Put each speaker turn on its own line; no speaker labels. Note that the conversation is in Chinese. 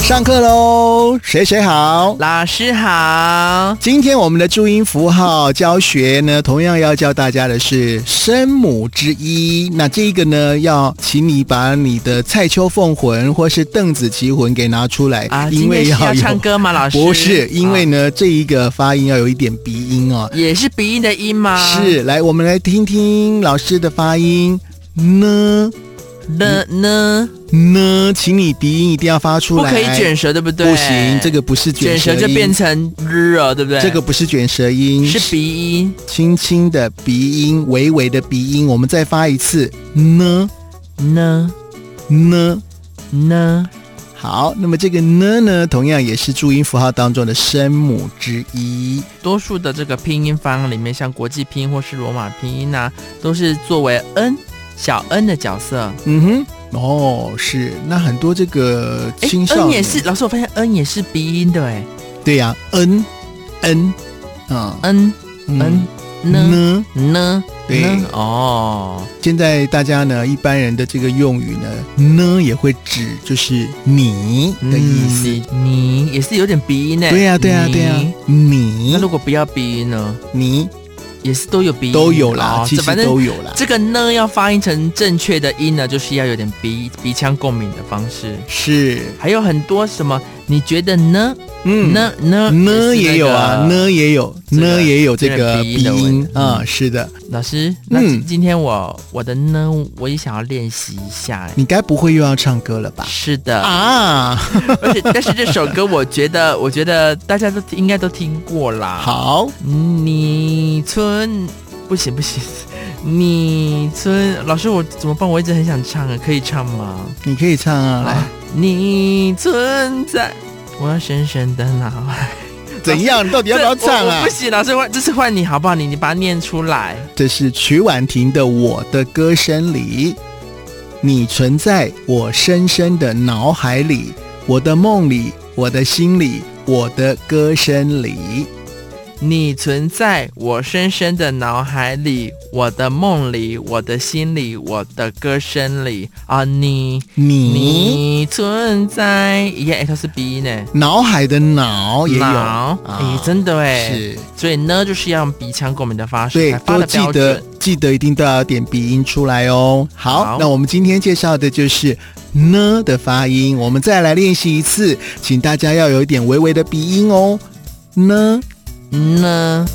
上课喽，谁谁好？
老师好，
今天我们的注音符号教学呢，同样要教大家的是声母之一。那这一个呢，要请你把你的《蔡秋凤魂》或是《邓紫棋魂》给拿出来
啊，
因为
今天是要
有
唱歌吗？老师
不是，因为
啊
呢，这一个发音要有一点鼻音哦。
也是鼻音的音吗？
是，来，我们来听听老师的发音呢
的呢，
呢，请你鼻音一定要发出
不
来，
可以卷舌，对不对？
不行，这个不是
卷
舌
舌
音，
就变成了，对不对？
这个不是卷舌音，
是鼻音
轻轻的鼻音，微微的鼻音。我们再发一次呢
呢
呢。
呢，
好，那么这个呢呢，同样也是注音符号当中的声母之一。
多数的这个拼音方里面，像国际拼音或是罗马拼音呐、都是作为 n 小 n 的角色。
嗯哼，哦，是。那很多这个
哎
青少
，n
年
也是，老师我发现 n 也是鼻音的，哎
对呀、n n 啊、
，n
嗯
n 呢
呢。
呢，
对
呢哦。
现在大家呢，一般人的这个用语呢，呢也会指就是你的意思。
嗯你你也是有点鼻音呢。欸
对呀、对呀、啊对呀、
你
你
那如果不要鼻音呢？
你
也是都有鼻音，
都有啦，
哦
其
这
实
反正
都有啦。
这个呢要发音成正确的音呢，就是要有点鼻鼻腔共鸣的方式。
是，
还有很多什么？你觉得呢？
嗯
呢呢
呢也有啊，。
是那个
呢也有，
这个
呢也有这个
有点
鼻
鼻音的
音
问题
啊，是的。
老师，那
嗯
今天我我的呢，我也想要练习一下。哎
你该不会又要唱歌了吧？
是的，
嗯啊，
而且但是这首歌，我觉得我觉得大家都应该都听过啦。
好，
嗯你存不行不行，你存老师我怎么办？我一直很想唱啊，可以唱吗？
你可以唱啊，
啊
来，，
你存在我深深的脑海。
怎样？你到底要不要唱
我我
啊
不？行，老师换这次换你好不好？你你把它念出来。
这是曲婉婷的《我的歌声里》，你存在我深深的脑海里，我的梦里，我的心里，我的歌声里。
你存在我深深的脑海里，我的梦里，我的心里，我的歌声里啊！你
你
你存在，耶，哎它是 B 呢，
脑海的脑哦也有，
脑哎、
啊
真的哎，
是。
所以呢，就是要用鼻腔共鸣的发声
对
才，发
多
的
记
标
得
准。
记得一定都要有点鼻音出来哦。好，
好
那我们今天介绍的就是呢的发音，我们再来练习一次，请大家要有一点微微的鼻音哦。呢
呢